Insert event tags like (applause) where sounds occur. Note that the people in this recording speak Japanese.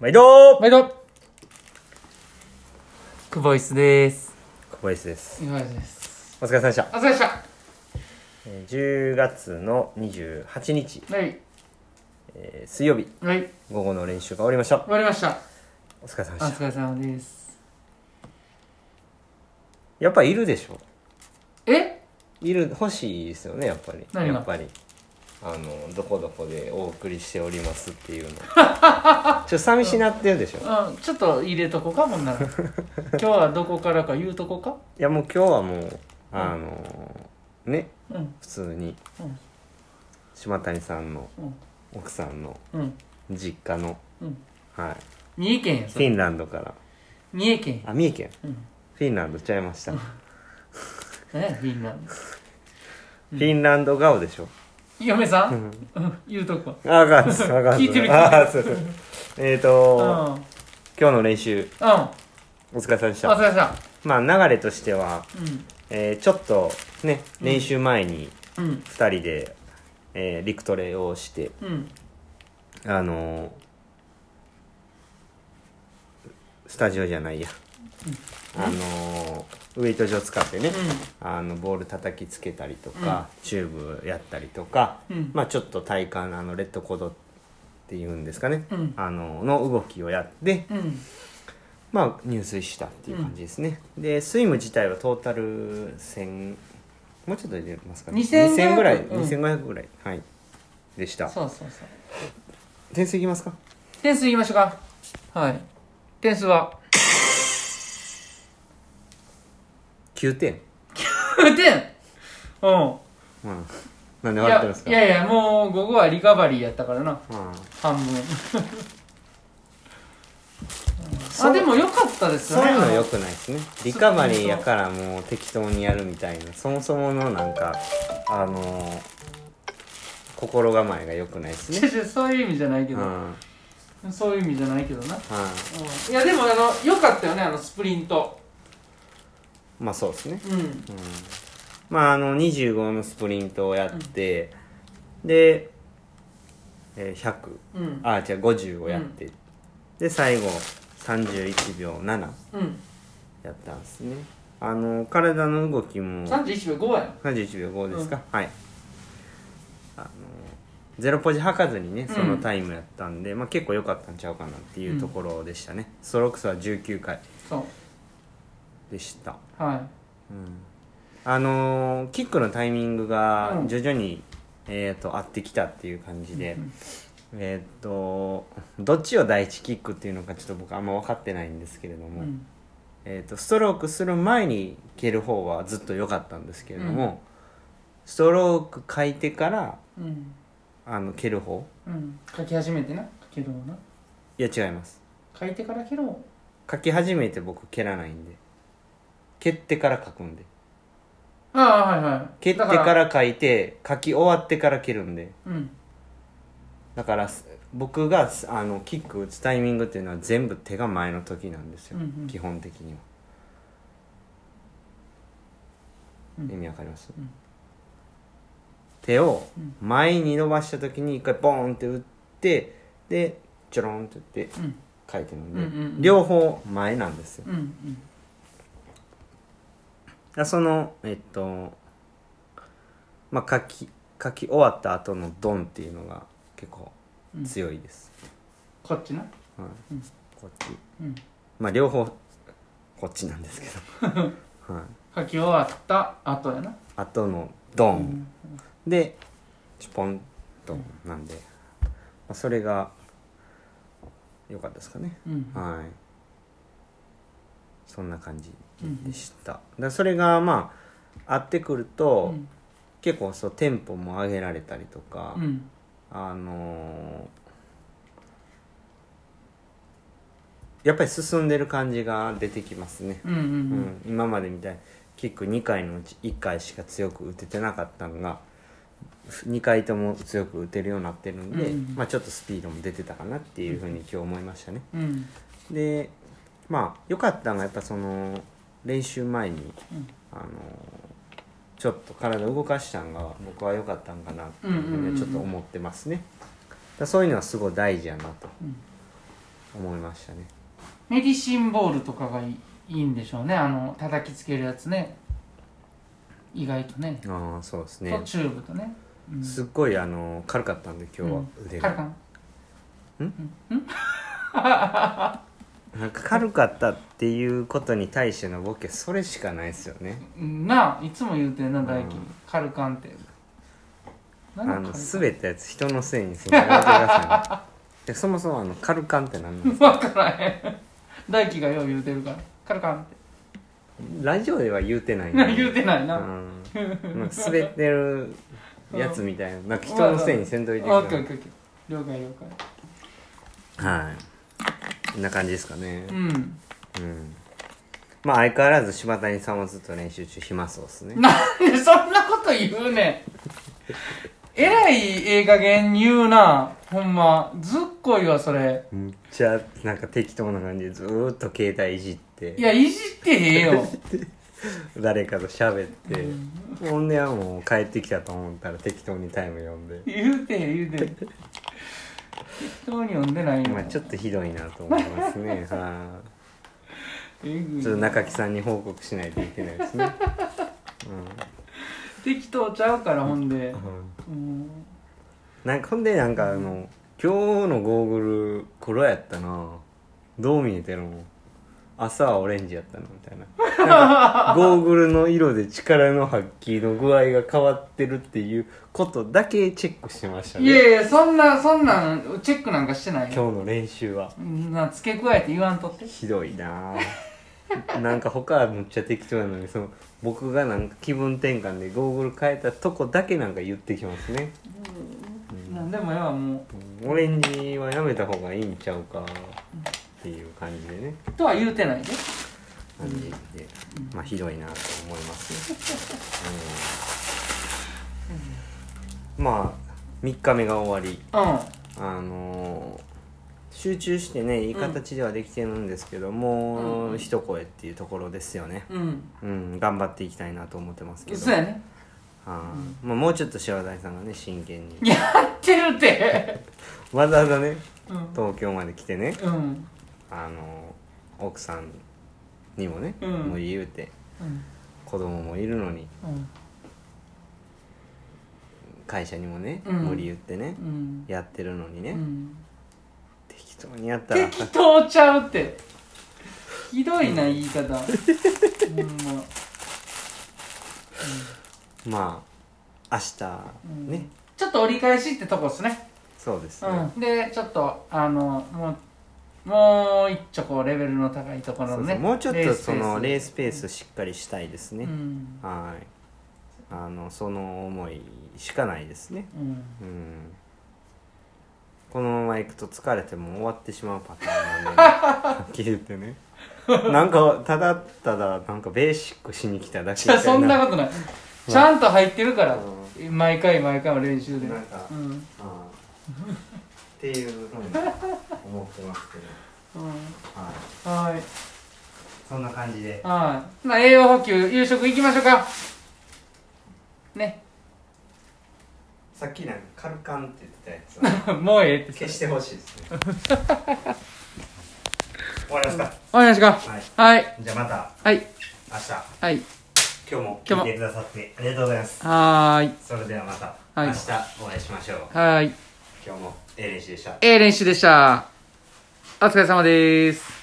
毎度毎度久保イスです。小林です。今井です。お疲れ様でした。お疲れ様でした。えー10月の28日、はい。えー水曜日、はい。終午後の練習が終わりました。わりました。お疲れ様でおした。疲れ様です。やっぱいるでしょえいる、欲しいですよね、やっぱり。何がやっぱり。あの、どこどこでお送りしておりますって (laughs) いうの。ちょっと寂しなってるでしょいうん、ちょっと入れとこかもん (laughs) なら。今日はどこからか言うとこかや、もう今日はもう、あのー、ね、うん、普通にうん、島谷さんのうん、奥さんのうん、実家の、うん。はい、三重県やフそィれ。ンランドから、三重県。あ、三重県。うん。フィンランドちゃいました。何や、フィンランド。フィンランド顔でしょ。嫁さんうん、言うとこ。あかんです。あかんです。聞いてるあーそうそうえっうん。うん。と、今日の練習、お疲お疲れ様でしれ様た。でした。まあ流れとしては、えーちょっとね、ん練習前にうん。うん。二人で、えー陸トレをして、うん。あのースタジオじゃないや。あのーウェイト場使ってね、あのボール叩きつけたりとか、チューブやったりとか、うんまあちょっと体幹あのレッドコードっていうんですかね、うんあのの動きをやって、うん。うん。まあ入水したっていう感じですね、でスイム自体はトータル1000もうちょっと入れますかね2500 2000ぐらい、うん2500ぐらいはいでしたそうそうそう。点数いきますか点数言いましょうか。はい。点数は9点9点うん。うんなんでい笑ってやますいかやいやもう午後はリカバリーやったからなうん半分そあうでも良かったですそうよねいうの良くないですねリカバリーやからもう適当にやるみたいなそもそものなんかあのー心構えが良くないです違うね違う (laughs) そういう意味じゃないけうんど、はそういう意味じゃないけどな、ういんいやでもあの良かったよねあのスプリントまあそうですねうんまああの25のスプリントをやって、で、えー100うんあ違う50をやって、で最後31秒7うんやったんですねあの体の動きも31秒5や31秒5ですか、はいあのゼロポジ吐かずにねそのタイムやったんで、まあ、結構良かったんちゃうかなっていうところでしたね、ストロークスは19回そでしたうはあのーキックのタイミングがうん徐々に、えー、と合ってきたっていう感じで、うんえっ、とどっちを第一キックっていうのかちょっと僕あんま分かってないんですけれどい、も、うん、えー、とストロークする前に蹴る方はずっと良かったんですけれども、ストローク書いてからうんあの蹴る方うん書き始めてな書けるもないや違います書いてからけろ書き始めて僕蹴らないんで蹴ってから書くんでああはいはい蹴ってだから書いて書き終わってから蹴るんでうんだからす僕がすあのキック打つタイミングっていうのは全部手が前の時なんですよ、うんうん基本的には、うん意味わかります、ん手を前に伸ばした時に一回ボーンって打ってでチョロンって打ってうん書いてるんで、うんうんうん両方前なんですようんうんだそのえっとまあ書き書き終わった後のドンっていうのが結構強いです、こっちなはいこっちうんまあ両方こっちなんですけ (laughs) ど、はい、書き終わった後やなあとのドン、うんでチュポンドンなんで、まあ、それが良かったですかね、うんはいそんな感じでした、だからそれがまあ合ってくると、うん結構そうテンポも上げられたりとか、うんあのーやっぱり進んでる感じが出てきますね、うんうんううんん、今までみたいにキック2回のうち1回しか強く打ててなかったのが2回とも強く打てるようになってるんで、うんうんまあ、ちょっとスピードも出てたかなっていうふうに今日思いましたねうんでまあ良かったのがやっぱその練習前に、うんあのちょっと体動かしたんが僕は良かったんかなっていうふうにはちょっと思ってますね、だからそういうのはすごい大事やなとうん思いましたねメディシンボールとかがいいいいんでしょうねあの叩きつけるやつね意外とねああそうですとねチューブとね、うん、すっごいあの軽かったんで今日は腕カルが、カンなんか軽かったっていうことに対してのボケそれしかないですよねうんなあいつも言うてんなう大輝、んカルカンってあ何ののカル滑ったやつ人のせいにするのやめてくださ (laughs) いねでそもそもあのカルカンって何なんですかカン分からへん大輝がよう言うてるからカルカンっラジオでは言うてないて言うてないな、うん、なんか滑ってるやつみたいななんか人のせいにせんといてくオだッさケーオいッケーオッケー了解了解はいこんな感じですかねうんうんまあ相変わらず柴谷さんはずっと練習中暇そうですねなんでそんなこと言うねんえらいええ加減言うなほんまずっこいわそれめっちゃなんか適当な感じでずーっと携帯いじっていやいじってへんよ誰かと喋って、ほんではもう帰ってきたと思ったら適当にタイム読んで、言うてへん言うてへん適当に読んでないのまあ、ちょっとひどいなと思いますねはえぐいいちょっと中木さんに報告しないといけないですね、適当ちゃうからほんでう、ん、うん、なんかほんでなんかあの今日のゴーグル黒やったなどう見えてるの朝はオレンジやったなみたいななんかゴーグルの色で力の発揮の具合が変わってるっていうことだけチェックしてましたいやねいやそんなそんなんチェックなんかしてないよ今日の練習はな付け加えて言わんとってひどいなぁなんか他はむっちゃ適当なのにその僕がなんか気分転換でゴーグル変えたとこだけなんか言ってきますねなんでもええわもオレンジはやめた方がいいんちゃうかっていう感じでねうとは言うてないで感じで、まあひどいなと思いますね、うんまあ3日目が終わりうんあのー集中してねいい形ではできてるんですけど、もう一声っていうところですよねうんうん頑張っていきたいなと思ってますけどそうやねあーまあ、もうちょっと柴谷さんがね真剣にやってるってわざわざねうん東京まで来てねうんあのー奥さんにもね、うんもう言うてうん子供もいるのにうん会社にもね、うん無理言ってね、うんやってるのにね、うん適当にやったら適当ちゃうってひどいな言い (laughs) 方ほんままあ明うん日ね、ちょっと折り返しってとこっすねそうですね、うん、でちょっとあのもうもう一丁こうレベルの高いところそのうねそうもうちょっとそのレーススペースしっかりしたいですペね、ースうんはいあのその思いしかないですねうんうんこのまま行くと疲れても終わってしまうパターンなん (laughs) で、ね、はっきり言ってねなんかただただなんかベーシックしに来ただけじゃあそんなこ (laughs) とないちゃんと入ってるからう毎回毎回の練習でなんかうんうんあーっていうのに思ってますけど、はい、はいそんな感じではいまあ栄養補給夕食行きましょうかね (laughs) さっきなんかカルカンって言ってたや (laughs) つはもうええって消してほしいですね終わりますか、お願いしまはいはいじゃあまたはい明日はい今日も聞いてくださってありがとうございますはーいそれではまたはい明日お会いしましょう、はーい今日もええ練習でしたええ練習でしたお疲れ様です